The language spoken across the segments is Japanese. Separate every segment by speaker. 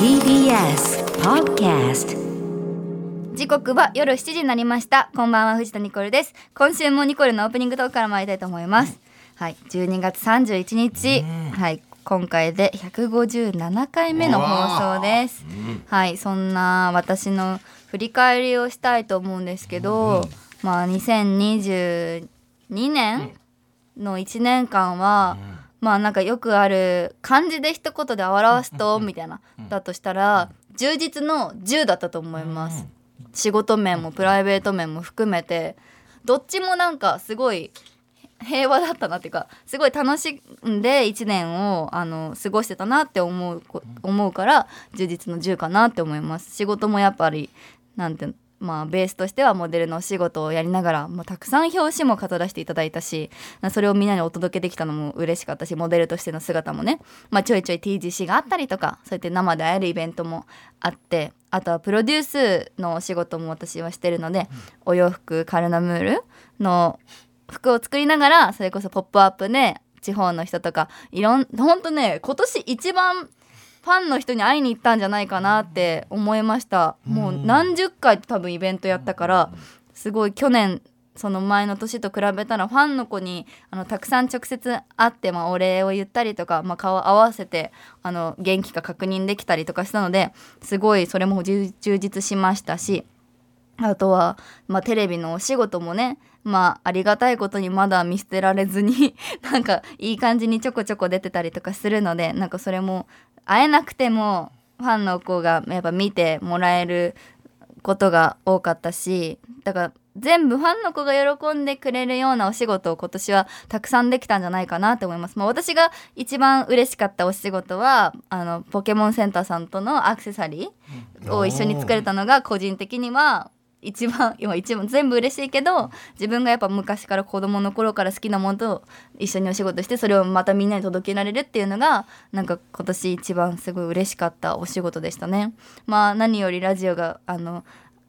Speaker 1: TBS Podcast
Speaker 2: 時刻は夜7時になりましたこんばんは藤田ニコルです今週もニコルのオープニングトークから参りたいと思いますはい12月31日、はい今回で157回目の放送です、はいそんな私の振り返りをしたいと思うんですけど、まあ2022年の1年間は、まあなんかよくある漢字で一言で表すとみたいなだとしたら充実の10だったと思います。仕事面もプライベート面も含めてどっちもなんかすごい平和だったなっていうかすごい楽しんで1年をあの過ごしてたなって思うこ思うから充実の10かなって思います仕事もやっぱりなんてまあベースとしてはモデルのお仕事をやりながらもうたくさん表紙も飾らせていただいたしそれをみんなにお届けできたのも嬉しかったしモデルとしての姿もね、まあ、ちょいちょい TGC があったりとかそうやって生で会えるイベントもあってあとはプロデュースのお仕事も私はしてるので、お洋服カルナムールの服を作りながらそれこそ「ポップアップで地方の人とかいろんほんとね今年一番ファンの人に会いに行ったんじゃないかなって思いましたもう何十回多分イベントやったからすごい去年その前の年と比べたらファンの子にあのたくさん直接会って、まあ、お礼を言ったりとか、まあ、顔合わせてあの元気か確認できたりとかしたのですごいそれも充充実しましたしあとは、まあ、テレビのお仕事もね、まあ、ありがたいことにまだ見捨てられずに なんかいい感じにちょこちょこ出てたりとかするのでなんかそれも会えなくてもファンの子がやっぱ見てもらえることが多かったしだから全部ファンの子が喜んでくれるようなお仕事を今年はたくさんできたんじゃないかなと思います。まあ、私が一番嬉しかったお仕事はあのポケモンセンターさんとのアクセサリーを一緒に作れたのが個人的には一番今一番全部嬉しいけど自分がやっぱ昔から子供の頃から好きなものと一緒にお仕事してそれをまたみんなに届けられるっていうのがなんか今年一番すごい嬉しかったお仕事でしたね。まあ何よりラジオがあの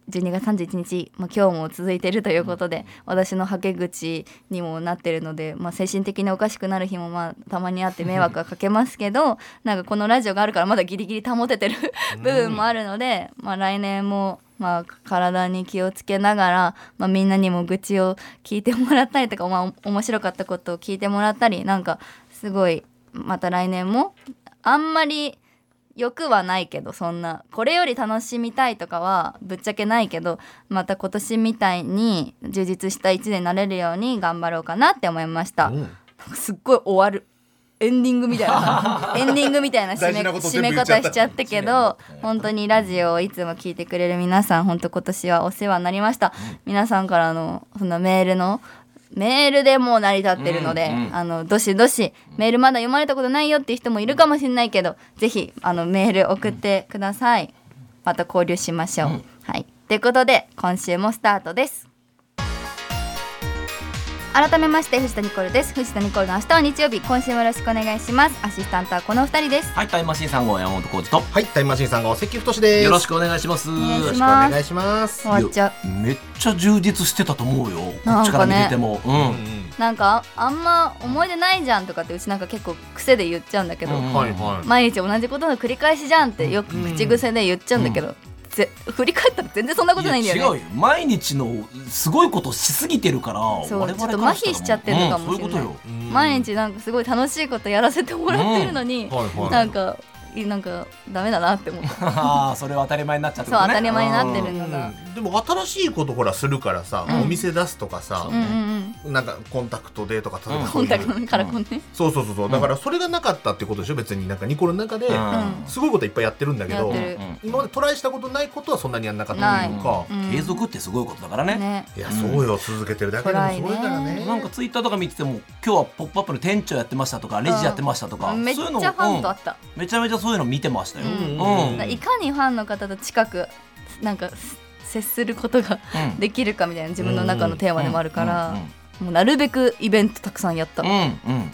Speaker 2: 12月31日、まあ、今日も続いてるということで、私のはけ口にもなってるので、まあ、精神的におかしくなる日も、まあ、たまにあって迷惑はかけますけどなんかこのラジオがあるからまだギリギリ保ててる部分もあるので、まあ、来年も、まあ、体に気をつけながら、まあ、みんなにも愚痴を聞いてもらったりとか、 まあ、お面白かったことを聞いてもらったりなんかすごいまた来年もあんまり欲はないけどそんなこれより楽しみたいとかはぶっちゃけないけどまた今年みたいに充実した一年になれるように頑張ろうかなって思いました、なんかすっごい終わるエンディングみたい なエンディングみたいな締め
Speaker 3: 大事なこと
Speaker 2: 締
Speaker 3: 全部
Speaker 2: め
Speaker 3: 言っちゃ
Speaker 2: 方
Speaker 3: った
Speaker 2: しちゃったけど本当にラジオをいつも聞いてくれる皆さん本当今年はお世話になりました、皆さんからのそのメールのメールでもう成り立ってるので、あのどしどしメールまだ読まれたことないよっていう人もいるかもしれないけどぜひあのメール送ってください、また交流しましょう、はいということで今週もスタートです改めまして藤田ニコルです藤田ニコルの明日は日曜日今週もよろしくお願いしますアシスタントはこの二人です
Speaker 4: はい、タイムマシーン3号山本浩二と。
Speaker 3: はい、タイムマシーンさんが関太です。
Speaker 4: よろしくお願いします。
Speaker 2: 願いし
Speaker 3: よろしくお願いします。
Speaker 2: 終わっちゃう
Speaker 4: めっちゃ充実してたと思うよ。こ
Speaker 2: な
Speaker 4: っ
Speaker 2: んかね
Speaker 4: ちから見てても。うん。
Speaker 2: なんかああんま思い出ないじゃんとかってうちなんか結構癖で言っちゃうんだけど、
Speaker 4: うん
Speaker 3: はいは
Speaker 2: 毎日同じことの繰り返しじゃんってよく口癖で言っちゃうんだけど、ぜ振り返ったら全然そんなことないん
Speaker 4: い
Speaker 2: だ
Speaker 4: や違う
Speaker 2: よ
Speaker 4: よ
Speaker 2: ね。
Speaker 4: 毎日のすごいことしすぎてるから
Speaker 2: そう
Speaker 4: 我々から
Speaker 2: ちょっと麻
Speaker 4: したら
Speaker 2: 痺しちゃってるのかもしれない
Speaker 4: うんそういうこ
Speaker 3: い。
Speaker 2: 毎日なんかすごい楽しいことやらせてもらってるのに、
Speaker 3: はいはい。
Speaker 2: なんかいなんかダメだなって思った
Speaker 4: とよあーそれは当たり前になっちゃって
Speaker 2: そう当たり前になってる
Speaker 4: うん
Speaker 2: のが。
Speaker 3: うんでも新しいことほらするからさ、
Speaker 2: うん
Speaker 3: お店出すとかさ
Speaker 2: うん、うん
Speaker 3: なんかコンタクトでとか例えば
Speaker 4: うん
Speaker 2: コ
Speaker 3: そうい
Speaker 2: ン
Speaker 3: う
Speaker 2: タクトのカラコンね。
Speaker 3: そうそうそうそうだからそれがなかったってことでしょ別になんかニコルの中で
Speaker 4: うん
Speaker 3: すごいこといっぱいやってるんだけ
Speaker 2: やっ
Speaker 3: ど
Speaker 2: てる。
Speaker 3: 今までトライしたことないことはそんなにやんなかったというか
Speaker 2: うん
Speaker 4: 継続ってすごいことだからね
Speaker 2: ね。
Speaker 3: いやそうよ続けてるだけでもすごいからね
Speaker 4: なんかツイッターとか見てても今日は「ポップアップの店長やってましたとかレジやってましたとか、
Speaker 2: めっち
Speaker 4: そうい
Speaker 2: ゃ
Speaker 4: う
Speaker 2: フ
Speaker 4: の
Speaker 2: ァンとあ
Speaker 4: うん
Speaker 2: った。
Speaker 4: めちゃめちゃそういうの見てましたよ、
Speaker 2: うん
Speaker 3: うん
Speaker 2: だからいかにファンの方と近くなんかす接することが
Speaker 4: うん
Speaker 2: できるかみたいな自分の中のテーマでもあるから
Speaker 4: うん、
Speaker 2: もうなるべくイベントたくさんやった。
Speaker 4: うんうん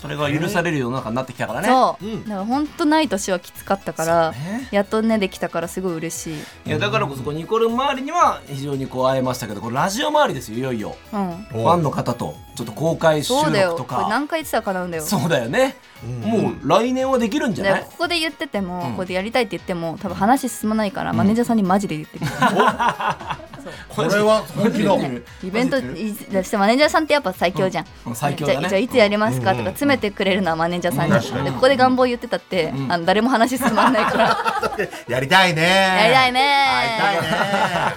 Speaker 4: それが許される世の中になってきたからね
Speaker 2: そう、
Speaker 3: うん
Speaker 2: だから本当ない年はきつかったから、
Speaker 4: そうね
Speaker 2: やっとねできたからすごい嬉しい、
Speaker 4: いやだからこそこうニコルン周りには非常にこう会えましたけどこれラジオ周りですよいよいよ
Speaker 2: うん、
Speaker 3: お
Speaker 4: ファンの方とちょっと公開収
Speaker 2: そうだよ
Speaker 4: 録
Speaker 2: ことれ
Speaker 4: か
Speaker 2: 何回言ってたら叶うんだよ
Speaker 4: そうだよね、もう来年はできるんじゃな
Speaker 2: で
Speaker 4: い
Speaker 2: ここで言ってても、
Speaker 4: うん
Speaker 2: ここでやりたいって言っても多分話進まないから、マネージャーさんにマジで言ってる、
Speaker 4: こ
Speaker 5: れは本気だ
Speaker 2: ねイベントいだしてマネージャーさんってやっぱ最強じゃん、
Speaker 4: うん最強
Speaker 2: じ
Speaker 4: だ
Speaker 2: ゃ
Speaker 4: ね
Speaker 2: あじゃあいつやりますかと
Speaker 3: うん
Speaker 2: か
Speaker 3: うん
Speaker 2: 詰めてくれるのはマネージャーさんじゃん、
Speaker 3: 確かに
Speaker 2: でここで願望言ってたって、
Speaker 4: ん
Speaker 2: あの誰も話進まないから
Speaker 3: やりたいね
Speaker 2: やりたいね
Speaker 3: 会いたいね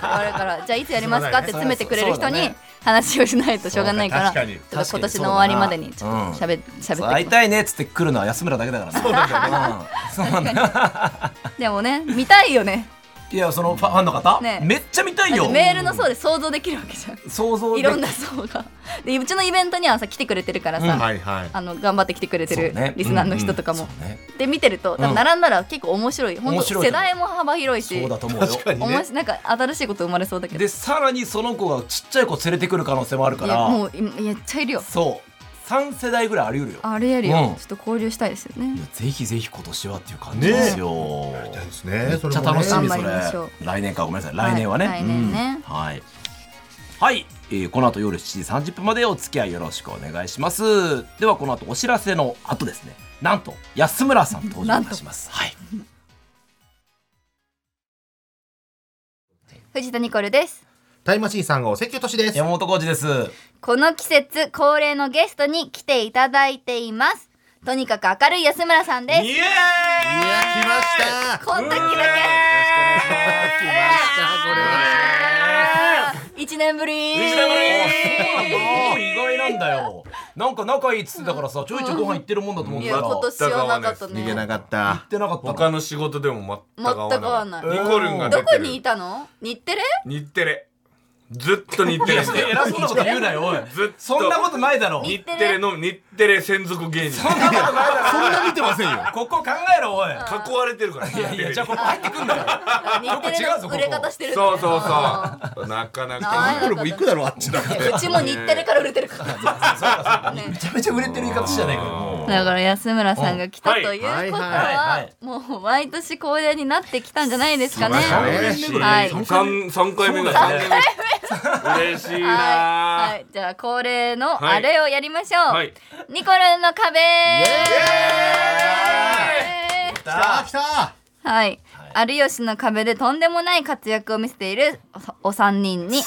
Speaker 2: あるからじゃあいつやりますかって
Speaker 4: そう
Speaker 2: 詰
Speaker 4: だね
Speaker 2: めてくれる人
Speaker 4: そうだ
Speaker 2: に
Speaker 4: ね
Speaker 2: 話をしないとしょうがないから
Speaker 3: そうだね
Speaker 2: ちょっと今
Speaker 4: 確かに
Speaker 2: 年の終わりまでにちょっとしゃべ,、しゃべっ
Speaker 4: 会
Speaker 2: てき
Speaker 4: い
Speaker 2: ま
Speaker 4: たいねっつって来るのは安村だけだからねうんそうなんだよ
Speaker 2: すでもね見たいよね
Speaker 4: いやそのファファンの方、
Speaker 2: ね
Speaker 4: めっちゃ見たい
Speaker 2: だっ
Speaker 4: よ
Speaker 2: てメールの層で想像できるわけじゃん
Speaker 4: 想像で
Speaker 2: いろんな層がでうちのイベントにはさ来てくれてるからさ、
Speaker 3: はいはい
Speaker 2: あの頑張って来てくれて
Speaker 4: そうね
Speaker 2: るリスナーの人とかも、
Speaker 4: そうね
Speaker 2: で見てると多分並んだら結構面白い本
Speaker 4: 面
Speaker 2: 当
Speaker 4: 白い
Speaker 2: 世
Speaker 4: と思う
Speaker 2: 代も幅広いし
Speaker 4: そうだと思うよ
Speaker 3: 確かに
Speaker 2: おも
Speaker 3: ね
Speaker 2: しなんか新しいこと生まれそうだけど
Speaker 4: でさらにその子がちっちゃい子連れてくる可能性もあるか
Speaker 2: いや
Speaker 4: ら
Speaker 2: もういめっちゃいるよ
Speaker 4: そう3世代ぐらいあり得るよ
Speaker 2: あれやるよ、
Speaker 4: うん
Speaker 2: ちょっと交流したいですよ
Speaker 4: い
Speaker 2: ね
Speaker 4: やぜひぜひ今年はっていう感じですよ、
Speaker 3: ですね
Speaker 4: めっちゃ楽し
Speaker 3: それ
Speaker 4: み
Speaker 3: もね
Speaker 2: 頑
Speaker 4: そ
Speaker 2: 張りましょ
Speaker 4: れ来年かごめんなさい来年はね、
Speaker 2: はい来年ね
Speaker 4: うんはい、はいえーこの後夜7時30分までお付き合いよろしくお願いしますではこの後お知らせの後ですねなんと安村さん登場いたしますはい
Speaker 2: 藤田ニコルです
Speaker 3: タイムマシーン3号関都市です
Speaker 4: 山本浩二です
Speaker 2: この季節恒例のゲストに来ていただいていますとにかく明るい安村さんです
Speaker 4: イエーイ
Speaker 3: 来ました
Speaker 2: この時だけ一年ぶり
Speaker 4: 藤田もう意外なんだよなんか仲いいっつってたからさちょいちょいご飯行ってるもんだと思っ
Speaker 2: い
Speaker 4: た
Speaker 2: や
Speaker 4: ら
Speaker 2: 今
Speaker 4: 行っ
Speaker 2: 年はなかった
Speaker 3: 逃げな
Speaker 2: ね
Speaker 3: かった
Speaker 4: てなかった
Speaker 5: 他の仕事でも全く合わなかった
Speaker 2: 全く合わない
Speaker 5: ニコルンが出て
Speaker 2: ど
Speaker 5: る
Speaker 2: こにいたの日テレ
Speaker 5: 日テレずっと日テレ
Speaker 4: いや偉そうなこと言うなよおい
Speaker 5: ずっと
Speaker 4: そんなことないだろ
Speaker 5: 日テレの日テレ専属芸人
Speaker 4: そんなことないだろ
Speaker 3: そんな見てませんよ
Speaker 4: ここ考えろおい
Speaker 5: 囲われてるから日
Speaker 4: いやい
Speaker 5: テレ
Speaker 4: や
Speaker 5: に
Speaker 4: じゃあここ入ってくんだよ
Speaker 2: 日テレの売れ方してる
Speaker 5: そうそうそうなかな
Speaker 2: な
Speaker 5: か
Speaker 2: いも行くだろあっちだうちも日テレから売れてるからね
Speaker 4: めちゃめちゃ売れてる言い方してないかも う
Speaker 2: だから安村さんが来たということ
Speaker 3: はい
Speaker 4: は
Speaker 2: はいもう毎年恒例になってきたんじゃないですかね
Speaker 3: そうだね
Speaker 2: はい
Speaker 5: 嬉しい
Speaker 2: はい
Speaker 5: 三三回目が三回目嬉しい
Speaker 2: は
Speaker 5: ない
Speaker 2: じゃあ恒例の
Speaker 5: はい
Speaker 2: あれをやりましょう、
Speaker 5: はい
Speaker 2: ニコルンの壁
Speaker 3: 来た来た
Speaker 2: はい、有吉の壁でとんでもない活躍を見せているおお三人に有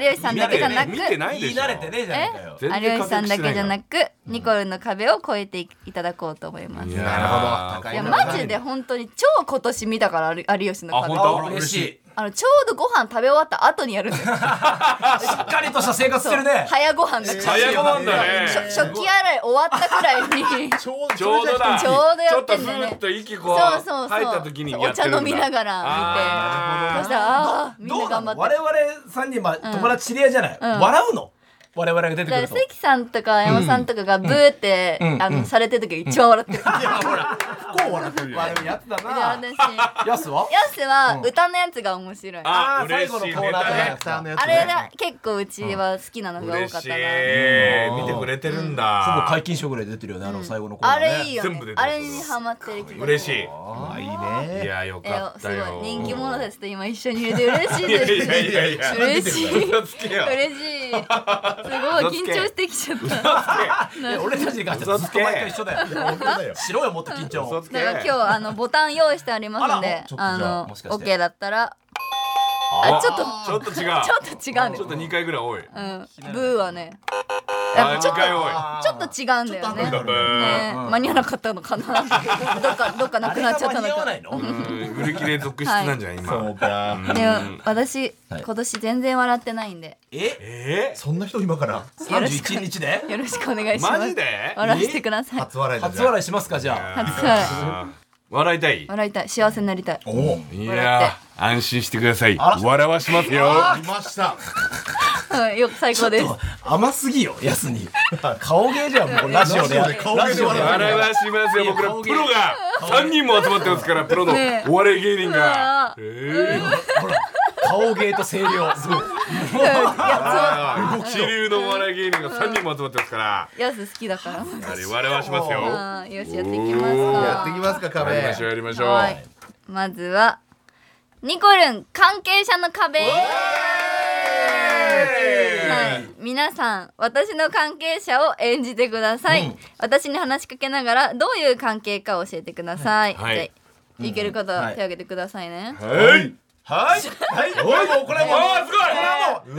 Speaker 2: 吉さんだけじゃなく
Speaker 5: 見てないで
Speaker 4: 言い
Speaker 5: しょ
Speaker 4: 慣れてねえじゃねえかよ
Speaker 5: 全然
Speaker 2: 有吉さんだけじゃな
Speaker 5: く
Speaker 2: くニコルンの壁を越えていただこうと思いますい
Speaker 5: いや
Speaker 2: や
Speaker 3: なるほど高いな
Speaker 2: マジで本当に超今年見たからある有吉の
Speaker 5: あ
Speaker 2: 壁
Speaker 5: 本
Speaker 2: を
Speaker 5: 当
Speaker 4: 嬉しいし
Speaker 2: あのちょうどご飯食べ終わった後にやるんです よ
Speaker 4: っかりとした生活してるね
Speaker 2: 早ご飯だから
Speaker 5: 早ご飯だね
Speaker 2: しょ食器洗い終わったくら いに
Speaker 3: ちょうど
Speaker 5: ちょうどだ
Speaker 2: ちょうどやってんだよね
Speaker 5: ちょっとふーっと息こう
Speaker 2: そうそうそう
Speaker 5: 入った時にやってるんだ
Speaker 2: お茶飲みながら見てそ
Speaker 5: あー
Speaker 2: したらああみん
Speaker 4: ど
Speaker 2: な
Speaker 4: うな
Speaker 2: 頑張
Speaker 4: の
Speaker 2: って
Speaker 4: 我々三人まあ友達知り合いじゃない笑うの我々が出て
Speaker 2: だ
Speaker 4: く
Speaker 2: か
Speaker 4: る
Speaker 2: ら
Speaker 4: と
Speaker 2: 関さんとか山さんとかがブーって、
Speaker 4: うん
Speaker 2: あの、
Speaker 4: うん
Speaker 2: されてる時が一番笑 ってる。で
Speaker 3: こう笑ってるよ
Speaker 4: 悪いやつだな
Speaker 2: 私、
Speaker 4: やすは
Speaker 2: ヤスは歌のやつが面白い。あ
Speaker 5: あ
Speaker 4: ー
Speaker 5: 嬉しい
Speaker 4: 最後のコーナーだね
Speaker 5: ね
Speaker 3: さんのやつ
Speaker 2: れが結構うちは好きなのが多
Speaker 5: 嬉
Speaker 2: かっ
Speaker 5: しい
Speaker 2: たな。
Speaker 5: 見てくれてるん
Speaker 4: ほぼ
Speaker 5: だ
Speaker 4: 解禁賞ぐらい出てるよねあの最後のコーナ
Speaker 2: あ
Speaker 4: ーね
Speaker 2: れいいよ、
Speaker 5: 全部
Speaker 2: ね
Speaker 5: 出て。る
Speaker 2: あれにハマってる気が
Speaker 5: 嬉し
Speaker 2: い。
Speaker 5: い
Speaker 3: あいい
Speaker 5: い
Speaker 3: ね
Speaker 5: やよ
Speaker 2: え
Speaker 5: かった
Speaker 2: すご
Speaker 5: よ
Speaker 2: い人気者たちと今一緒にいれて嬉しい
Speaker 5: いやい
Speaker 2: で
Speaker 5: やい
Speaker 2: す。
Speaker 5: やいや
Speaker 2: 嬉しい。嬉しい。
Speaker 5: 嘘つけよ
Speaker 2: すごい緊張してきちゃった。
Speaker 4: いや俺たちに関してはずっと毎回一緒だよ
Speaker 3: 本当だよ
Speaker 4: しろよもっと緊張
Speaker 5: 嘘つけ
Speaker 2: だから今日あのボタン用意してありますん
Speaker 4: あ
Speaker 2: で
Speaker 4: ら、ちょっとじゃあ
Speaker 2: あの
Speaker 4: もしかして
Speaker 2: OK だったら、
Speaker 5: あ
Speaker 2: あちょっと
Speaker 5: ちょっと違う
Speaker 2: ちょっと違うんだ
Speaker 5: ちょ
Speaker 2: よ
Speaker 5: っと。二回ぐらい多い
Speaker 2: うん、ブーはね、や
Speaker 5: あ
Speaker 2: っぱち
Speaker 5: 二
Speaker 2: ょっと
Speaker 5: 回多い
Speaker 2: ちょっと違うんだよね。
Speaker 5: ブー
Speaker 2: ね、間に合わなかったのかな。どっかどっかな
Speaker 4: あ
Speaker 2: く
Speaker 4: れ
Speaker 2: なっ
Speaker 4: が
Speaker 2: ちゃっ
Speaker 4: 間
Speaker 2: たの
Speaker 4: に合わな
Speaker 2: か
Speaker 4: い。の
Speaker 5: うん売り切れ続出なんじゃない
Speaker 3: そう
Speaker 5: 今
Speaker 3: か
Speaker 2: で私、
Speaker 4: はい
Speaker 2: 今年全然笑ってないんで、
Speaker 4: え
Speaker 5: え
Speaker 3: そんな人今から
Speaker 4: 三十一日で
Speaker 2: よろしくお願いします。
Speaker 5: マジで
Speaker 2: 笑わせてください。
Speaker 3: 初笑いだ
Speaker 4: 初
Speaker 3: じゃん
Speaker 4: 笑いしますかじゃあ
Speaker 5: ー
Speaker 2: 初笑
Speaker 5: あー笑いたい
Speaker 2: い。笑いたい、幸せになりたい。
Speaker 3: お
Speaker 5: い
Speaker 2: 笑
Speaker 5: やー安心してください笑わしますよ
Speaker 3: お来ました
Speaker 2: うん、 よく最高です。
Speaker 4: 甘すぎよやすに顔芸じゃんもうラジオで
Speaker 3: ラジオで顔芸で
Speaker 4: ラジオで
Speaker 5: 笑わしますよ僕らプロが三人も集まってますからプロの
Speaker 2: ねえ
Speaker 5: お笑い芸人が
Speaker 2: うわ
Speaker 5: えー
Speaker 4: 顔芸と声量すごい
Speaker 5: あー一流のお笑い芸人が三人も集まってますから。
Speaker 2: ヤス好きだから。
Speaker 5: あれ笑わしますよ。や
Speaker 2: あーよしやっていきますか。
Speaker 3: やっていきますか壁
Speaker 5: りましょうやりましょう。
Speaker 2: はい。まずはニコルン関係者の壁。はい、皆さん私の関係者を演じてください、
Speaker 4: うん
Speaker 2: 私に話しかけながらどういう関係かを教えてください、
Speaker 5: はい
Speaker 2: じゃあ
Speaker 5: はい
Speaker 2: い、ける方
Speaker 4: うんは
Speaker 2: はい手挙げてくださいね、
Speaker 5: はい。
Speaker 4: はいはいこれもこれも
Speaker 5: あーすご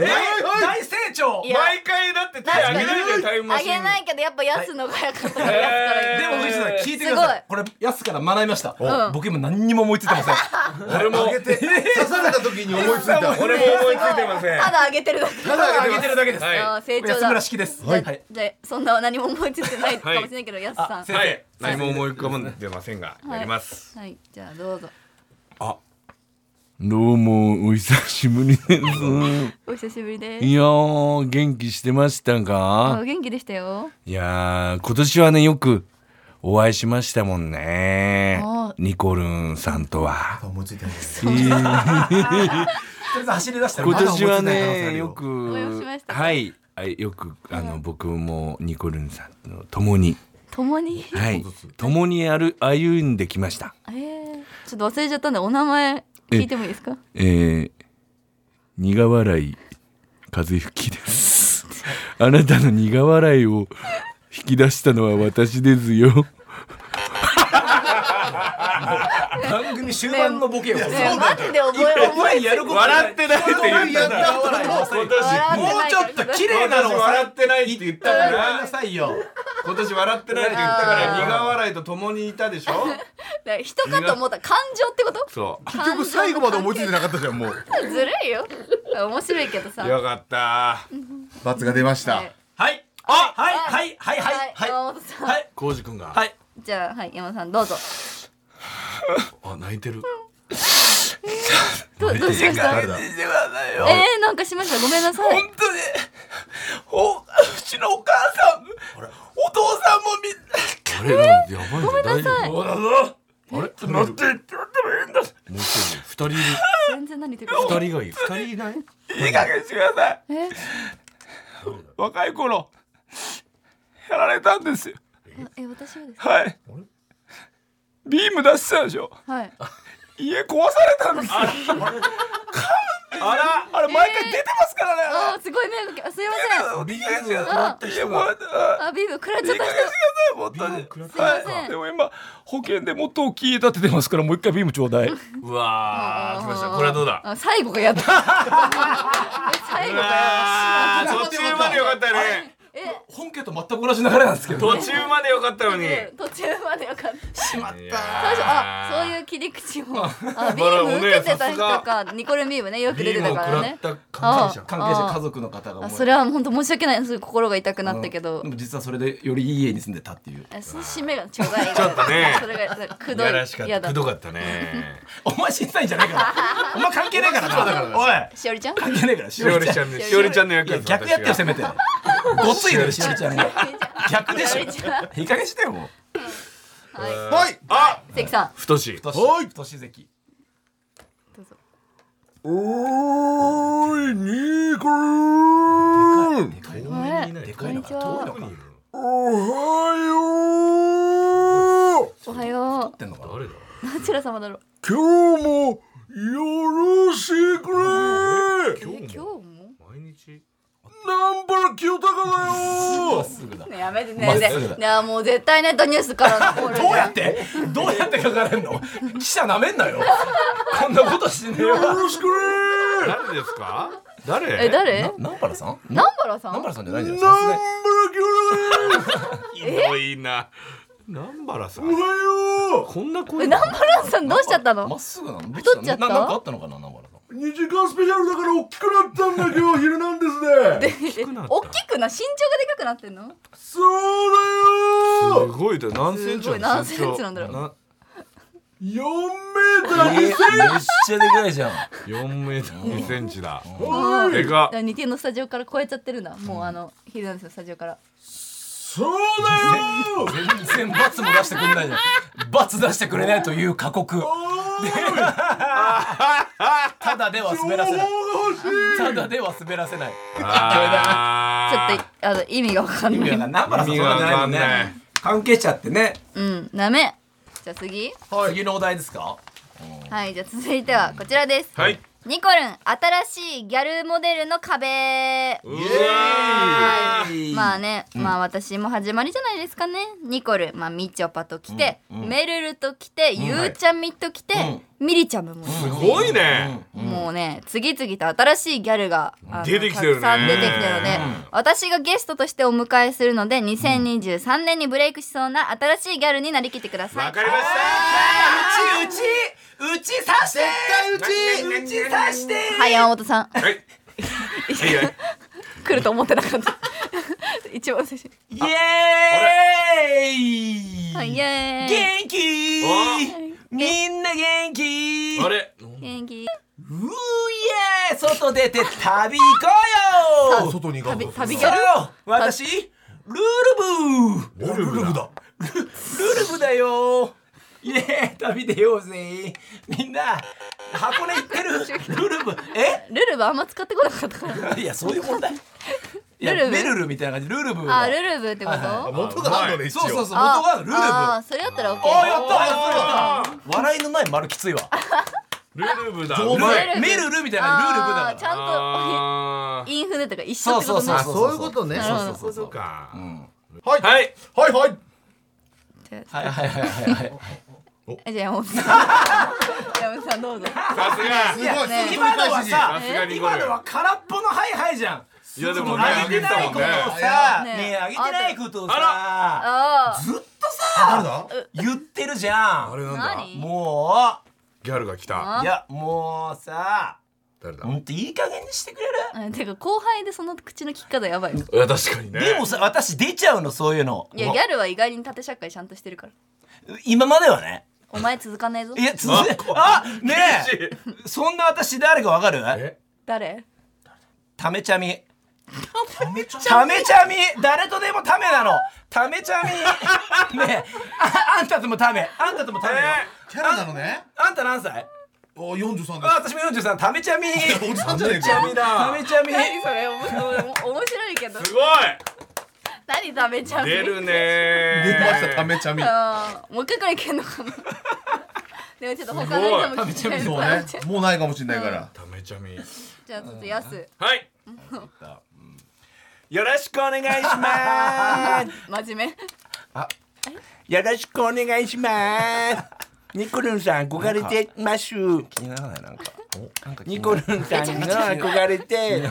Speaker 4: こ
Speaker 5: い
Speaker 4: れもえー大成長
Speaker 2: い
Speaker 4: で
Speaker 2: や
Speaker 5: 毎回だって手あげないでタイムマ
Speaker 2: あ
Speaker 5: シン。
Speaker 2: げないけどやっぱやすのがやかったからや
Speaker 5: えー
Speaker 4: も藤田さん聞いてくださいこれやすから学びました
Speaker 2: うん
Speaker 4: 僕今何にも思いついてません
Speaker 5: 俺も
Speaker 3: 上げて刺された時に思いついた
Speaker 5: 俺も思 いついてません。
Speaker 2: ただあげてるだけ
Speaker 3: ただ上げてるだけ
Speaker 4: です
Speaker 5: はい
Speaker 2: あー成長
Speaker 4: 安村
Speaker 2: だ
Speaker 4: 式です
Speaker 2: じゃあじゃあそんな何も思いついてないかもしれないけど、やすさん
Speaker 4: あせ
Speaker 5: はい。何も思い浮かんでませんが、やります。
Speaker 2: はいじゃあどうぞ
Speaker 6: どうも、お久しぶりです。
Speaker 2: お久しぶりです
Speaker 6: いやー、元気してました
Speaker 2: あ
Speaker 6: か
Speaker 2: 元気でしたよ
Speaker 6: いやー、今年はね、よくお会いしましたもんね
Speaker 2: あ。
Speaker 6: ニコルンさんとは。
Speaker 3: 思いついてないです
Speaker 4: とりあえず走り出したら
Speaker 6: 今年は
Speaker 3: まだ思いついてない可能性あ
Speaker 6: ね、
Speaker 3: るよ
Speaker 6: よく
Speaker 2: 応援しまし、たか
Speaker 6: はい、はいよく、あの、僕もニコルンさんと共に、
Speaker 2: 共に
Speaker 6: はい、共にある歩んできました。
Speaker 2: えー、ちょっと忘れちゃったんでお名前聞いてもいいですか
Speaker 6: えー、苦笑い風吹き です。あなたの苦笑いを引き出したのは私ですよ。
Speaker 4: 番組終盤のボケを
Speaker 2: ねえマジで覚え覚え
Speaker 4: やること
Speaker 5: 笑ってないって言った
Speaker 3: や
Speaker 5: ら。今年
Speaker 2: 笑
Speaker 4: もうちょっと綺麗なの
Speaker 5: 私
Speaker 4: をさ
Speaker 5: 笑ってないって言ったか
Speaker 4: ごめん
Speaker 5: ら
Speaker 4: な。さいよ
Speaker 5: 今年笑ってないって言ったから苦笑いと共にいたで しょ
Speaker 2: だ人かと思ったら感情ってこと
Speaker 5: そう
Speaker 3: 結局最後まで思いついてなかったじゃんもう
Speaker 2: ずるいよ面白いけどさ
Speaker 5: よかった
Speaker 3: 罰が出ました
Speaker 2: はい
Speaker 4: はいあはいはいはいはいはい
Speaker 2: 山本さん、
Speaker 4: はい
Speaker 6: コウジ君が。
Speaker 4: はい
Speaker 2: じゃあはい山本さんどう ぞ
Speaker 3: あ泣いてる
Speaker 2: どどうしました
Speaker 3: 誰だ
Speaker 2: えー、なんかしましたごめんなさい
Speaker 6: 本当に、お、うちのお母さん、お父さんもみんな。あれ、やばいごめんなさい。
Speaker 4: どうだぞあれちょっと待ってちょっと変だ
Speaker 6: 人いる。
Speaker 2: 全然何言ってるか
Speaker 4: 人がいる二人いない
Speaker 6: いい加減してください。
Speaker 2: え
Speaker 6: 若い頃、やられたんですよ。
Speaker 2: え私はですか
Speaker 6: はい。ビーム出してたでしょ。
Speaker 2: はい
Speaker 6: 家壊されたんですよ。あら、あれ毎回出てますからね。
Speaker 2: あーすごい迷惑かけあすいません
Speaker 6: ビームがった人が。
Speaker 2: あビーム食らっちゃった人
Speaker 6: 本当に。
Speaker 2: すいません
Speaker 6: はい。でも今保険でもっと大きい家建ててますからもう一回ビームちょうだい。
Speaker 5: うわー来ましたこれはどうだ
Speaker 2: あ最後がやった最後がや
Speaker 5: あ
Speaker 2: っ
Speaker 5: ー
Speaker 2: た
Speaker 5: 途中までよかったよね
Speaker 2: え
Speaker 4: 本家と全く同じ流れなんですけど
Speaker 5: 途中までよかったのに
Speaker 2: 途中までよかった
Speaker 4: しまっ
Speaker 5: い
Speaker 4: た
Speaker 5: や
Speaker 2: 最初あ
Speaker 5: ー
Speaker 2: そういう切り口も あビーム受けてた人かニコルビームねよく出てたからね
Speaker 5: ビームを食らった
Speaker 2: ああ
Speaker 4: 関係者家族の方がもう
Speaker 2: あそれは本当申し訳ないすごい心が痛くなったけど
Speaker 4: でも実はそれでよりいい家に住んでたっていう
Speaker 2: えその締めがちょうだい
Speaker 5: ちょっとね
Speaker 2: それがく
Speaker 5: い
Speaker 2: どい
Speaker 5: やらしかっ
Speaker 2: 嫌
Speaker 5: た
Speaker 2: だ
Speaker 5: くどかったね
Speaker 4: お前審査員じゃないからお前関係ないからなおい
Speaker 2: しおりちゃん
Speaker 4: 関係ないからし
Speaker 5: しおりちゃんのしおりちゃんの役
Speaker 4: いや
Speaker 5: です
Speaker 4: 逆やってよせ
Speaker 5: 私が
Speaker 4: めてごついのよしおりちゃんが逆でしょ
Speaker 2: しおりちゃん
Speaker 4: いい加減してよも
Speaker 2: は
Speaker 4: う
Speaker 3: はい
Speaker 5: あ
Speaker 2: い関さん
Speaker 5: 太し
Speaker 4: 年はい年関
Speaker 2: どうぞ
Speaker 6: おーいニコルン。
Speaker 4: で
Speaker 2: こ
Speaker 4: で
Speaker 2: ん
Speaker 4: かいの
Speaker 2: に
Speaker 4: か
Speaker 2: ち
Speaker 4: 遠いの
Speaker 2: は
Speaker 4: かっ
Speaker 6: おはよう。
Speaker 2: おはよ
Speaker 4: てんのかな
Speaker 5: 誰だ
Speaker 2: うどちら様だろう
Speaker 6: 今日もよろしくれ。
Speaker 5: 今
Speaker 2: え
Speaker 5: 日
Speaker 2: 今
Speaker 5: も
Speaker 2: 日も
Speaker 5: 毎日
Speaker 6: ナンバ清高だよ。
Speaker 4: すぐだ
Speaker 2: ねやめて
Speaker 4: まっ
Speaker 2: ね。
Speaker 4: す
Speaker 2: ね
Speaker 4: ぐだ
Speaker 2: いやもう絶対ネットニュースからのコール
Speaker 4: どうやってどうやって書かれんの記者なめんなよこんなことしてねえよ
Speaker 6: よろしくれ。
Speaker 5: 誰ですか誰
Speaker 2: え誰？
Speaker 4: 南原さん
Speaker 2: 南原さん。
Speaker 4: 南原さんじゃないんだよ
Speaker 6: ナン
Speaker 4: さすがに
Speaker 6: バ清高だよ。
Speaker 5: ひどいな南原さん
Speaker 6: おはよう。
Speaker 5: こんな
Speaker 2: え
Speaker 5: 声
Speaker 2: 南原さんどうしちゃった
Speaker 4: まっ
Speaker 2: の？
Speaker 4: すぐなの
Speaker 2: 太っちゃった
Speaker 4: ななんかあったのかな南原さん
Speaker 6: 二時間スペシャルだから大きくなったんだ今日昼なんですね。
Speaker 2: 大き
Speaker 5: くなっ
Speaker 2: くな身
Speaker 5: た
Speaker 2: 長がでかくなってんの？
Speaker 6: そうだよ
Speaker 5: す。ごいだ何センチ
Speaker 2: すごい何センチなんだろう
Speaker 6: 四メーター
Speaker 4: めっちゃでかいじゃん
Speaker 5: 四メーター二センチだ。
Speaker 2: あー
Speaker 5: でかっ
Speaker 2: だから二天のスタジオから超えちゃってるんだ。もうあのヒルナンデスのスタジオから。
Speaker 6: そうだよ。
Speaker 4: 全然罰も出してくれないじゃん罰出してくれないという過酷
Speaker 6: おーい
Speaker 4: ただでは滑らせないただでは滑らせない
Speaker 2: ちょっとあの意味がわかん
Speaker 4: 意
Speaker 2: な
Speaker 4: 味
Speaker 2: い。
Speaker 4: が南原さん
Speaker 5: 意味
Speaker 4: そう
Speaker 5: がわ
Speaker 4: じゃない
Speaker 5: か
Speaker 4: もん
Speaker 5: ん
Speaker 4: ね
Speaker 5: ない
Speaker 4: 関係者ってね
Speaker 2: うん、ダメ。じゃあ次。
Speaker 4: 次のお題ですか
Speaker 2: はい、じゃあ続いてはこちらです。
Speaker 5: はい
Speaker 2: ニコルン、新しいギャルモデルの壁。
Speaker 5: うわ
Speaker 2: まあね、まあ私も始まりじゃないですかねニコル、まあ、みちょぱと来て、めるると来て、ゆうちゃみと来て、みりちゃむも、
Speaker 5: ーすごいね
Speaker 2: もうね次々と新しいギャルがあの
Speaker 5: 出てきてるね
Speaker 2: たくさん出てきてるので、私がゲストとしてお迎えするので2023年にブレイクしそうな新しいギャルになりきってください
Speaker 5: わかり
Speaker 4: う
Speaker 5: まし
Speaker 4: ちうちうち刺してうち刺して
Speaker 2: はい山本さん
Speaker 5: たはいはいはい
Speaker 2: 来ると思ってなかった 一番最初
Speaker 4: イエー
Speaker 2: はい
Speaker 4: イ
Speaker 2: イエーイ
Speaker 4: 元気みんな元気
Speaker 5: あれ
Speaker 2: 元気
Speaker 4: うーイエー外出て旅行よ
Speaker 3: 外に行
Speaker 2: 旅旅ギ
Speaker 4: そ
Speaker 2: ャ
Speaker 4: う
Speaker 2: ル
Speaker 4: 私ルールブー
Speaker 3: ルルブだ
Speaker 4: ルルブだよイエーイ旅出ようぜみんな箱根行ってるルルブえ
Speaker 2: ルルブあんま使ってこなかったから
Speaker 4: いやそういう問題いや
Speaker 2: ルルブ
Speaker 4: めるるみたいな感じルルブ
Speaker 2: あルルブってこと
Speaker 3: 元があるのね一応
Speaker 4: そうそうそう元
Speaker 2: あ
Speaker 4: はルルブ
Speaker 2: あーそれだったら OK
Speaker 4: あーやったやったやった笑いのない丸きついわ
Speaker 5: ルルブだ
Speaker 4: お
Speaker 5: うまい
Speaker 4: 前めるるみたいなルルブだ
Speaker 2: あーちゃんと
Speaker 5: あー
Speaker 2: インフレとか一緒ってことね
Speaker 4: そうそう
Speaker 3: あ
Speaker 4: そ
Speaker 3: そういうことね
Speaker 2: なるほど
Speaker 3: そうそうそう
Speaker 5: か
Speaker 3: はいはい
Speaker 5: はい
Speaker 3: はいはい
Speaker 4: はいはいはいはいはい
Speaker 2: あじゃあ山本さ ん山本さんどうぞ
Speaker 5: さすが
Speaker 3: すごい
Speaker 2: ね
Speaker 3: すごい
Speaker 4: 今のはさ
Speaker 5: さすがにこ
Speaker 4: 今
Speaker 5: れ
Speaker 4: のは空っぽのハイハイじゃん
Speaker 5: いやでもね
Speaker 4: あ
Speaker 5: あ
Speaker 4: げて
Speaker 5: げて
Speaker 4: な
Speaker 5: た
Speaker 4: い
Speaker 5: も
Speaker 4: こ
Speaker 5: ん
Speaker 4: とを
Speaker 5: ね
Speaker 4: さ
Speaker 2: ね
Speaker 4: ねえあげてないことを
Speaker 5: あ
Speaker 4: さ
Speaker 2: あ
Speaker 4: ずっと
Speaker 3: 誰
Speaker 4: さ
Speaker 3: だ
Speaker 4: 言ってるじゃん
Speaker 2: あ何
Speaker 4: も
Speaker 5: ギャルが来た
Speaker 4: ういやもうさ
Speaker 3: 誰だ
Speaker 4: ほんといい加減にしてくれる
Speaker 2: あてか後輩でその口の利き方やばいよ
Speaker 5: いや確かにね
Speaker 4: でもさ私出ちゃうのそういうの
Speaker 2: いやギャルは意外に縦社会ちゃんとしてるから
Speaker 4: 今まではね
Speaker 2: お前続かないぞ
Speaker 4: いや続けあねえそんな私誰かわかる
Speaker 5: え
Speaker 2: 誰
Speaker 4: ためちゃみためちゃみ誰とでもためなのためちゃ みねえああんたともためあんたともためよ
Speaker 3: キャラなのね
Speaker 4: あんた何歳
Speaker 3: お43です
Speaker 4: あ私も43ためちゃみ
Speaker 3: おじさんじゃねえ
Speaker 5: ダ
Speaker 3: か
Speaker 5: メだ
Speaker 4: ためちゃみ
Speaker 2: 何それおもおも面白いけど
Speaker 5: すごい
Speaker 2: 何食べちゃう
Speaker 5: 出るね
Speaker 3: 出ま
Speaker 5: ー
Speaker 3: したためちゃみ
Speaker 2: あーもう一回くらいいけんの かなでもちょっと他の人も聞きたい
Speaker 3: そうねもうないかもしれないから
Speaker 5: ためちゃみ
Speaker 2: じゃあちょっとやす
Speaker 5: はいよろしくお願いします
Speaker 2: 真面目
Speaker 7: よろしくお願いします。ニコルンさん憧れてます。
Speaker 4: 気にならないなんかなんか
Speaker 7: ニコルンさんの憧れて、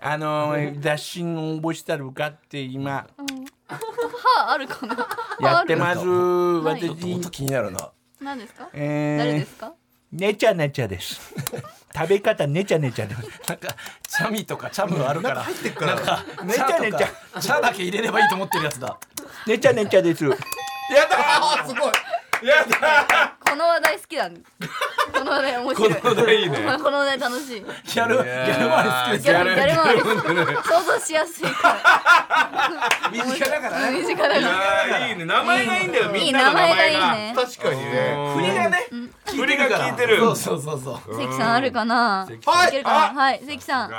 Speaker 7: あの雑誌の応募したら受かって今
Speaker 2: 歯あるかな
Speaker 7: やってます。
Speaker 2: はい
Speaker 7: 私、
Speaker 4: 音気になるな
Speaker 2: 何ですか誰
Speaker 7: え
Speaker 2: で
Speaker 7: ー、
Speaker 2: すか
Speaker 7: ネチャネチャです。食べ方ネチャネチャです。
Speaker 4: なんかチャミとかチャムあるから入って
Speaker 3: から
Speaker 4: なんか
Speaker 7: め
Speaker 4: チ
Speaker 7: ち
Speaker 4: ャ
Speaker 7: ゃめち
Speaker 4: と
Speaker 7: ゃ
Speaker 4: かチャだけ入れればいいと思ってるやつだ
Speaker 7: ネチャネチャです。
Speaker 5: やった
Speaker 3: あーすごい
Speaker 2: この話題好きなんですこの話題面白い
Speaker 5: この話題いいね
Speaker 2: この話題楽しい
Speaker 4: ギャルギャル周り好き
Speaker 2: ギャ
Speaker 4: で
Speaker 2: ルギャルマン想像しやすいか
Speaker 4: す身近だから
Speaker 2: ら
Speaker 4: ね
Speaker 2: 身近だか
Speaker 5: い
Speaker 2: ら
Speaker 5: やーいいね名前がいいんだよ
Speaker 2: い
Speaker 5: み
Speaker 2: い
Speaker 5: ん
Speaker 2: 名
Speaker 5: なの名
Speaker 2: 前が
Speaker 5: 前
Speaker 2: いい
Speaker 5: が
Speaker 2: ね
Speaker 3: 確かにね
Speaker 4: 振りがね
Speaker 5: 振りが効いてる
Speaker 4: そうそうそうそう
Speaker 2: 関さんあるかな
Speaker 3: はい
Speaker 2: いけるかなはい関さん
Speaker 5: が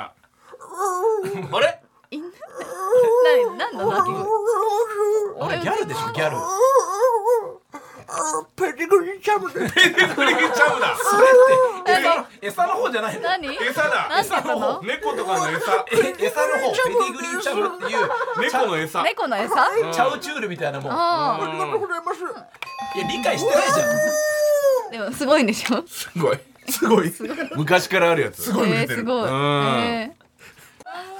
Speaker 5: あれ
Speaker 2: 何何の鳴き声
Speaker 4: あれギャルでしょギャル
Speaker 7: ペリグリチャムです。
Speaker 5: 振りがちゃうだ
Speaker 4: 餌の餌の方じゃないの
Speaker 2: 何何て
Speaker 5: 餌だ
Speaker 2: 言ったの
Speaker 5: 猫とかの餌
Speaker 4: え餌の方ペディグリーチャムっていう
Speaker 5: 猫の餌
Speaker 2: 猫の餌
Speaker 4: チャウチュールみたいなもんいや
Speaker 2: あ
Speaker 4: 理解してないじゃ
Speaker 2: あでもすごいんでしょ
Speaker 3: すごいすごいす
Speaker 5: 昔からあるやつ
Speaker 3: ごい売
Speaker 2: え
Speaker 3: れ
Speaker 2: ー
Speaker 3: て
Speaker 2: す
Speaker 3: る
Speaker 2: ごい
Speaker 5: ん
Speaker 2: えー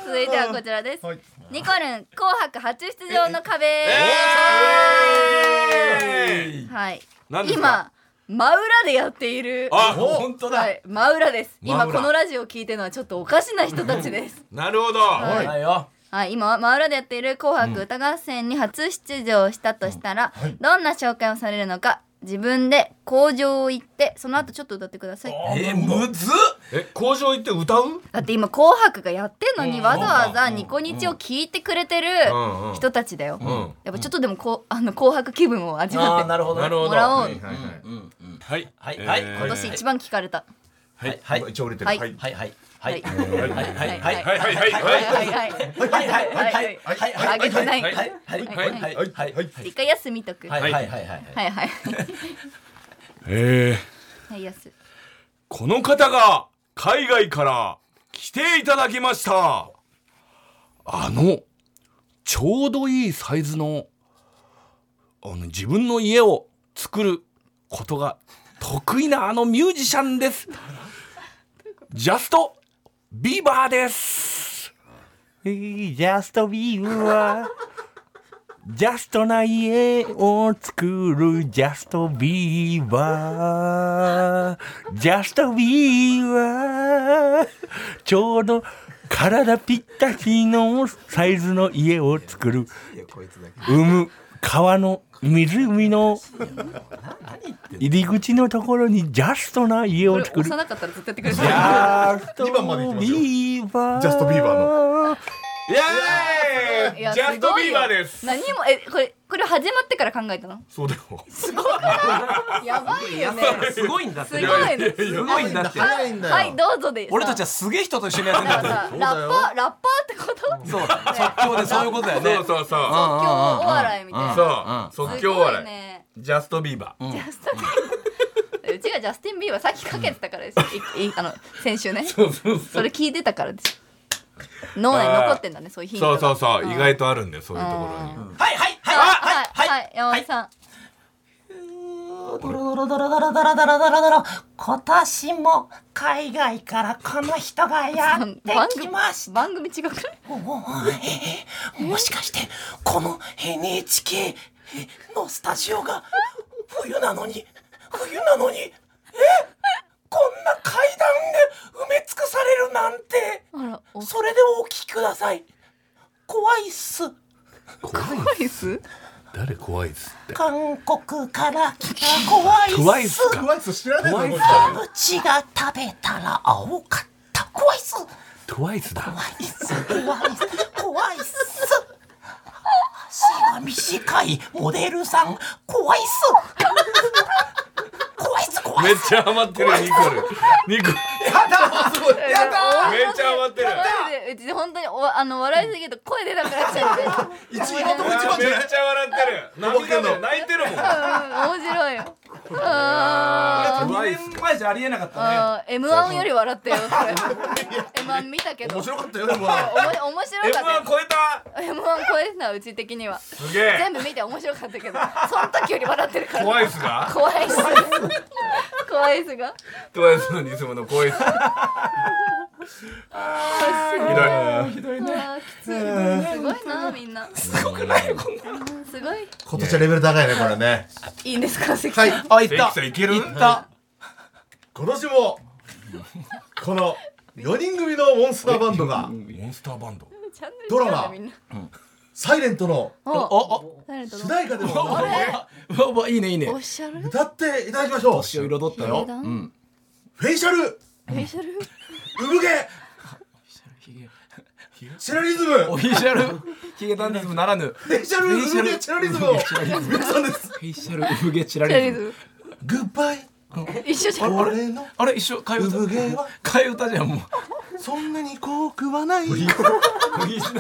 Speaker 2: 続いてはこちらです
Speaker 3: はい
Speaker 2: ニコルン紅白初出場の壁
Speaker 5: えー
Speaker 2: はい
Speaker 5: 何ですか
Speaker 2: 今真裏でやっている
Speaker 5: あ
Speaker 4: ん本当だ
Speaker 2: はい、真裏です。
Speaker 5: 真裏
Speaker 2: 今このラジオを聞いてるのはちょっとおかしな人たちです。
Speaker 5: なるほど
Speaker 4: は
Speaker 5: はい
Speaker 4: よ
Speaker 2: はい、今は真裏でやっている紅白歌合戦に初出場したとしたら、どんな紹介をされるのか。自分で工場を行って、その後ちょっと歌ってください。
Speaker 4: えーむずっ
Speaker 5: え工場行って歌う
Speaker 2: だって今紅白がやってんのに、わざわざニコニチを聞いてくれてる
Speaker 5: うんうん
Speaker 2: 人たちだよ。
Speaker 5: ん
Speaker 2: やっぱちょっとでもこう、あの紅白気分を味わ
Speaker 4: あ
Speaker 2: っ
Speaker 4: ー
Speaker 2: て。
Speaker 4: なるほど
Speaker 5: なるほど
Speaker 2: もらおう
Speaker 5: はいはいはい
Speaker 4: うんうん
Speaker 5: はい
Speaker 4: はいはい
Speaker 5: えー
Speaker 2: 今年一番聞かれた。
Speaker 4: はいはい
Speaker 3: 一応折れて
Speaker 2: はい
Speaker 3: る。はい。
Speaker 4: はいはいはい
Speaker 2: は
Speaker 4: はいいはいはいはいはい
Speaker 5: はいはいはいはい
Speaker 2: はいはい
Speaker 4: はいはいはいはいはいはいはい
Speaker 2: あげてない
Speaker 4: はいはいはいはいはいはいはい
Speaker 2: 一回休みとくはい
Speaker 4: はいはいはいはい
Speaker 2: はいはい
Speaker 6: えー、
Speaker 2: はい休
Speaker 5: この方が海外から来ていただきました
Speaker 6: あの、ちょうどいいサイズの、あの、自分の家を作ることが得意なあのミュージシャンです。ジャスト・ビーバーです。
Speaker 7: ジャストビー はジャストな家を作るジャストビーバージャストビーバーちょうど体ぴったりのサイズの家を作る生む川の湖の入り口のところにジャストな家
Speaker 2: こ
Speaker 7: を
Speaker 2: れ
Speaker 7: 作る
Speaker 2: 幼かったらずっとやってくれ
Speaker 7: ジャストビ
Speaker 3: 二番まで行きますよ
Speaker 7: ーバー
Speaker 3: ジャストビーバ
Speaker 7: ーの
Speaker 5: イエーイジャストビーバーです
Speaker 2: 何もえこれこれ始まってから考えたの
Speaker 3: そうだよ。
Speaker 2: やばいよね
Speaker 4: すごいんだっ
Speaker 2: すご
Speaker 4: て
Speaker 2: いね
Speaker 4: すごいんだって
Speaker 3: 早いんだよ。
Speaker 2: はいどうぞで
Speaker 4: 俺たちはすげえ人と一緒にやってん
Speaker 2: さ
Speaker 4: だ
Speaker 2: あ
Speaker 4: って
Speaker 2: さあラッパーラッパーってこと
Speaker 4: そう即興でそういうことだよね
Speaker 5: そうそうそ
Speaker 2: 今
Speaker 5: う
Speaker 2: 日お笑いみたいな
Speaker 5: そう即興
Speaker 2: すごい
Speaker 5: 笑
Speaker 2: ね
Speaker 5: いジャストビーバー
Speaker 2: うちがジャスティン・ビーバーさっきかけてたからですよ、いいあの先週ねそれ聞いてたからです脳内に残ってんだねそういうヒント
Speaker 5: そう
Speaker 2: が
Speaker 5: そうそう意外とあるんだよそういうところに
Speaker 4: はいはいはい
Speaker 2: あは
Speaker 4: はいい
Speaker 2: は山
Speaker 4: はい
Speaker 2: 本さん
Speaker 8: ドロドロドロドロドロドロドロドロ今年も海外からこの人がやって
Speaker 2: 番
Speaker 8: き
Speaker 2: 組
Speaker 8: ました
Speaker 2: 番組違くない
Speaker 8: おいもしかしてこの NHK のスタジオが冬なのに冬なのにえこんな階段で埋め尽くされるなんて
Speaker 2: あらお
Speaker 8: それでお聞きください怖いっす
Speaker 2: 怖いっす
Speaker 6: 誰怖いですって。
Speaker 8: 韓国から来た怖いっす
Speaker 6: 怖いっすか
Speaker 3: 怖いっす知らないの。こ
Speaker 8: ガムチが食べたら青かった怖いっす
Speaker 6: トワイスだ。
Speaker 8: 怖いっす怖いっす怖いっす足が短いモデルさん怖いっす怖いっす怖
Speaker 5: め
Speaker 8: い
Speaker 5: っ
Speaker 8: っす
Speaker 5: ちゃハマってるニコルニコル
Speaker 2: やだ
Speaker 5: めっちゃハマってる
Speaker 2: うち本当におあの笑いすぎると声出なくなっちゃって
Speaker 3: 一番とこ一番
Speaker 5: め
Speaker 3: じ
Speaker 5: っ
Speaker 3: ゃない。
Speaker 5: ちゃ笑ってる涙目で泣いてるもん
Speaker 2: うん面白いよあー
Speaker 4: 2年前じゃありえなかった
Speaker 2: あー M1 より笑ってよそれ M1 見たけど
Speaker 3: 面白
Speaker 2: おも
Speaker 3: かったよで も。は
Speaker 2: 面白かったよ
Speaker 5: M1 超えた
Speaker 2: M1 超えてたうち的には
Speaker 5: すげえ
Speaker 2: 全部見て面白かったけどその時より笑ってるから
Speaker 5: 怖いっすが
Speaker 2: 怖いっす怖いっすが
Speaker 5: トワイスの偽物怖いっすあーひどい
Speaker 2: あーきついすごいなみんなすごくないこんなすごい
Speaker 3: 今年はレベル高いねこれね。
Speaker 2: いいんですか関さ
Speaker 3: は
Speaker 2: ん
Speaker 3: い。
Speaker 4: あいっ
Speaker 5: 関
Speaker 4: た
Speaker 5: さんいける
Speaker 4: た
Speaker 3: 今年もこの4人組のモンスターバンドが
Speaker 5: モンスターバンド
Speaker 2: チャンネル
Speaker 3: ドラマ
Speaker 2: 違うんだみんな
Speaker 3: サイレントの
Speaker 2: お
Speaker 4: お
Speaker 2: 誰と
Speaker 3: 主題歌でも
Speaker 4: おおいいねいいね
Speaker 2: おっしゃる
Speaker 3: 歌っていただきましょう。
Speaker 4: 一応彩ったようん
Speaker 3: フェイシャル、
Speaker 2: フ
Speaker 3: 産
Speaker 2: ェイシャル
Speaker 3: 毛、チラリズム、
Speaker 4: オ
Speaker 3: フ
Speaker 4: フィシャルヒゲダンディズムならぬフ
Speaker 3: ェイシャル、産毛、チラリズムを皆さんです。
Speaker 4: ェイシャルウフゲチラ
Speaker 2: チャ
Speaker 4: リ
Speaker 2: リ
Speaker 4: ズム
Speaker 2: ズ
Speaker 3: グッバイ、
Speaker 2: 一緒じゃん
Speaker 3: 俺の
Speaker 4: あれ一緒替え
Speaker 3: 産毛は
Speaker 4: 歌替え歌じゃんもう
Speaker 3: そんなに怖くはない。
Speaker 4: オリジナ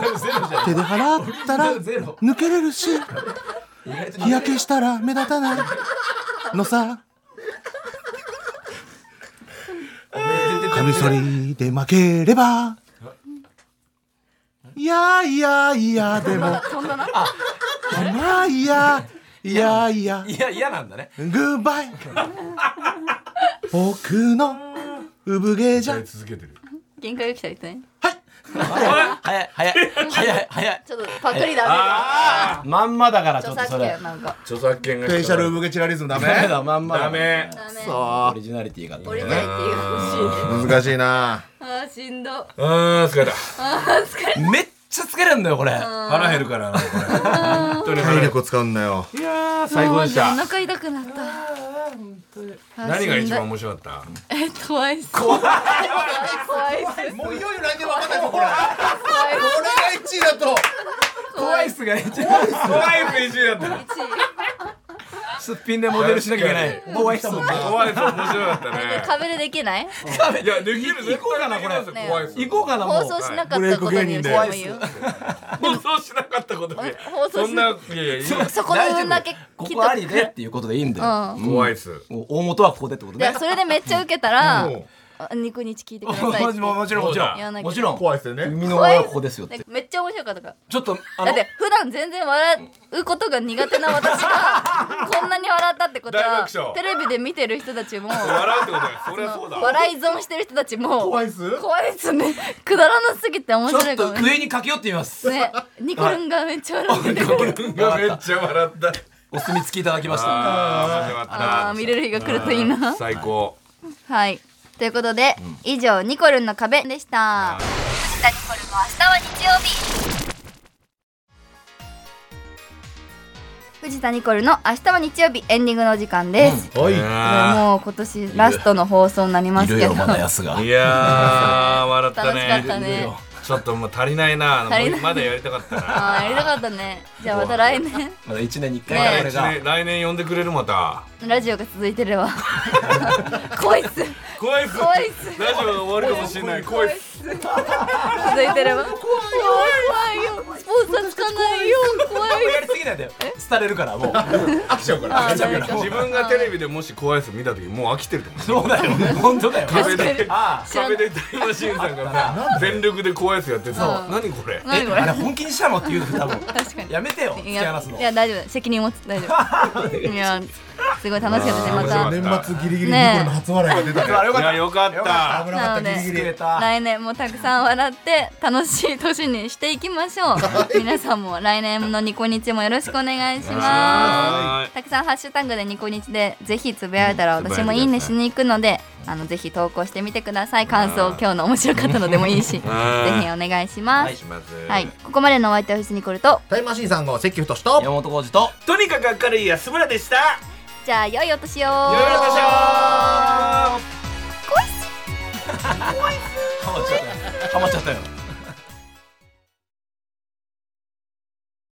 Speaker 4: ルゼロじゃん
Speaker 3: 手で払ったら
Speaker 4: ゼロ
Speaker 3: 抜けれるし、日焼けしたら目立たないのさ。カミソリで負ければ、いやいやいやでも、
Speaker 2: そんなない
Speaker 3: やいやいや。
Speaker 4: いや嫌なんだね
Speaker 3: グッバイ僕の産毛じゃ
Speaker 5: 続けてる
Speaker 2: 限界が来たりとね
Speaker 4: 早い早い早い早い
Speaker 2: ちょっとパクリダ
Speaker 4: まんまだから
Speaker 2: メ
Speaker 4: ちょ
Speaker 2: だ
Speaker 4: っと
Speaker 2: 著
Speaker 4: そ
Speaker 2: 作
Speaker 4: れ
Speaker 2: 権なんか
Speaker 5: 著作権が
Speaker 3: フェイシャル産毛チラリズムダ
Speaker 4: ダメ
Speaker 3: メ
Speaker 4: だまんま
Speaker 5: ダ
Speaker 4: だ
Speaker 5: メ
Speaker 2: ダメ
Speaker 4: オリジナリティが
Speaker 2: 俺ないっていうし
Speaker 3: 難しいな
Speaker 2: あーしんど
Speaker 5: うーん疲れた
Speaker 4: めっちゃ疲れるんだよこれ
Speaker 5: 腹減るからなこれ本当に
Speaker 3: 体
Speaker 5: 腹減る
Speaker 3: 力を使うんだよ
Speaker 5: 最高でし
Speaker 2: お
Speaker 5: た
Speaker 2: 腹痛くなった
Speaker 5: 何が一番面白かっ
Speaker 2: えトワイス怖い怖い怖い
Speaker 3: もういよいよ来年わかんないぞこれこれが1位だと
Speaker 4: 怖いっすが一番
Speaker 5: たトワイス1位だった
Speaker 2: 一位
Speaker 9: すっぴんでモデルしなきゃいけない怖いっすもんね
Speaker 5: 怖いぞ面白かったね
Speaker 2: カベルできない
Speaker 5: いやできる
Speaker 9: 行こうかなこれ
Speaker 5: 絶対できますよ怖いですよ
Speaker 9: 行こうかなも
Speaker 2: 放
Speaker 9: う
Speaker 2: 送しなかったことにしてもいいよ
Speaker 5: 放送しなかったことで
Speaker 2: 放送
Speaker 5: そ
Speaker 2: し
Speaker 5: んないやいや いい
Speaker 2: そこの分だけ
Speaker 4: こ
Speaker 2: 切っ
Speaker 4: こあ
Speaker 2: と
Speaker 4: り
Speaker 2: く
Speaker 4: でっていうことでいいんだよ、
Speaker 2: う
Speaker 5: 怖いっす
Speaker 4: もう大元はここでってこと
Speaker 2: い
Speaker 4: ね
Speaker 2: やそれでめっちゃ受けたら
Speaker 5: うん
Speaker 2: あニコニチ聞いてくださいって
Speaker 4: もちろんもちろ
Speaker 2: 言わなんきゃ
Speaker 4: もちろん
Speaker 5: 怖いっすよね
Speaker 4: 海の親はここですよっ
Speaker 2: な
Speaker 4: て
Speaker 2: んかめっちゃ面白かったから
Speaker 4: ちょっと
Speaker 2: だ
Speaker 4: あの
Speaker 2: って普段全然笑うことが苦手な私がこんなに笑ったってこと
Speaker 5: 大
Speaker 2: は
Speaker 5: 爆笑
Speaker 2: テレビで見てる人たちも
Speaker 5: 笑うってことだよそりゃそうだ
Speaker 2: 笑い損してる人たちも怖
Speaker 9: いっす
Speaker 2: いっすねくだらなすぎて面
Speaker 4: ちょ
Speaker 2: 白
Speaker 4: っ
Speaker 2: いかも
Speaker 4: と
Speaker 2: ね
Speaker 4: 上に駆け寄ってみます
Speaker 2: ねニコルンがめっちゃ笑ってる
Speaker 5: がめっちゃ笑った
Speaker 4: お墨付きいただきました
Speaker 5: あー面白
Speaker 2: あ
Speaker 5: か
Speaker 2: ー
Speaker 5: っ
Speaker 2: 見れる日が来るといいな
Speaker 5: た最高
Speaker 2: はいということで、以上ニコルンの壁でした藤田ニコルンの明日は日曜日藤田ニコルンの明日は日曜日エンディングのお時間です、
Speaker 5: はい
Speaker 2: もう今年ラストの放送になりま
Speaker 4: い
Speaker 2: す
Speaker 4: る
Speaker 2: け
Speaker 4: よ
Speaker 2: ど
Speaker 4: まだ安が
Speaker 5: いやー笑った
Speaker 2: 楽しかった
Speaker 5: ね
Speaker 2: ね
Speaker 5: ちょっともう足りないな
Speaker 2: 足りない
Speaker 5: まだやりたかった な
Speaker 2: あーやりたかったねじゃあまた来年
Speaker 4: まだ一年に一
Speaker 5: ま
Speaker 4: 回
Speaker 5: た
Speaker 4: これ
Speaker 5: 一
Speaker 4: が
Speaker 5: 年来年呼んでくれるまた
Speaker 2: ラジオが続いてるわ 怖いっす
Speaker 5: 怖いっす
Speaker 2: 怖いっす
Speaker 5: ラジオが終わるかもしれない怖いっす
Speaker 2: 続いてるわ怖いよ怖いよスポンサーつかないよ怖いよ
Speaker 4: やりすぎないで廃れるからもう
Speaker 5: 飽きちゃうから
Speaker 2: あーなんか
Speaker 5: 自分がテレビでもし怖いっす見た時もう飽きてると思
Speaker 4: そ
Speaker 5: う
Speaker 4: うだよ本当だよ
Speaker 5: 壁で
Speaker 4: あ
Speaker 2: 知らな
Speaker 5: 壁
Speaker 2: い
Speaker 5: でタイムマシーンさんがさ全力で怖いっすやってさ
Speaker 2: うん
Speaker 5: 何これ
Speaker 4: あ
Speaker 2: 何こ
Speaker 4: あれ
Speaker 2: れ
Speaker 4: 本気にしたのって言うと多分
Speaker 2: 確かに
Speaker 4: やめてよ突
Speaker 2: い
Speaker 4: き放
Speaker 2: や
Speaker 4: すの
Speaker 2: いや大丈夫責任持つ大丈夫いやすごい楽しかったしま
Speaker 5: あー面白かった
Speaker 9: 年末ギリギリニコルの初笑いが出た
Speaker 4: あよ
Speaker 5: いや
Speaker 4: かっ
Speaker 5: よかった
Speaker 9: 危なかったギリギ
Speaker 4: た
Speaker 9: リ
Speaker 4: れた
Speaker 2: 来年もたくさん笑って楽しい年にしていきましょう皆さんも来年のニコニチもよろしくお願いしま
Speaker 5: は
Speaker 2: すたくさんハッシュタグでニコニチでぜひつぶやいたら私もいいねしに行くのであのぜひ投稿してみてください感想今日の面白かったのでもいい しぜひお願いしま
Speaker 5: い
Speaker 2: す
Speaker 5: します
Speaker 2: はい、ここまでのお相手はフジニコルと
Speaker 9: タイムマシーンさん号関太と
Speaker 4: 山本浩二と
Speaker 5: とにかく明るい安村でした
Speaker 2: じゃあ良いお年を
Speaker 5: よろしくお願いします
Speaker 4: ハマっちゃったよハマっちゃったよ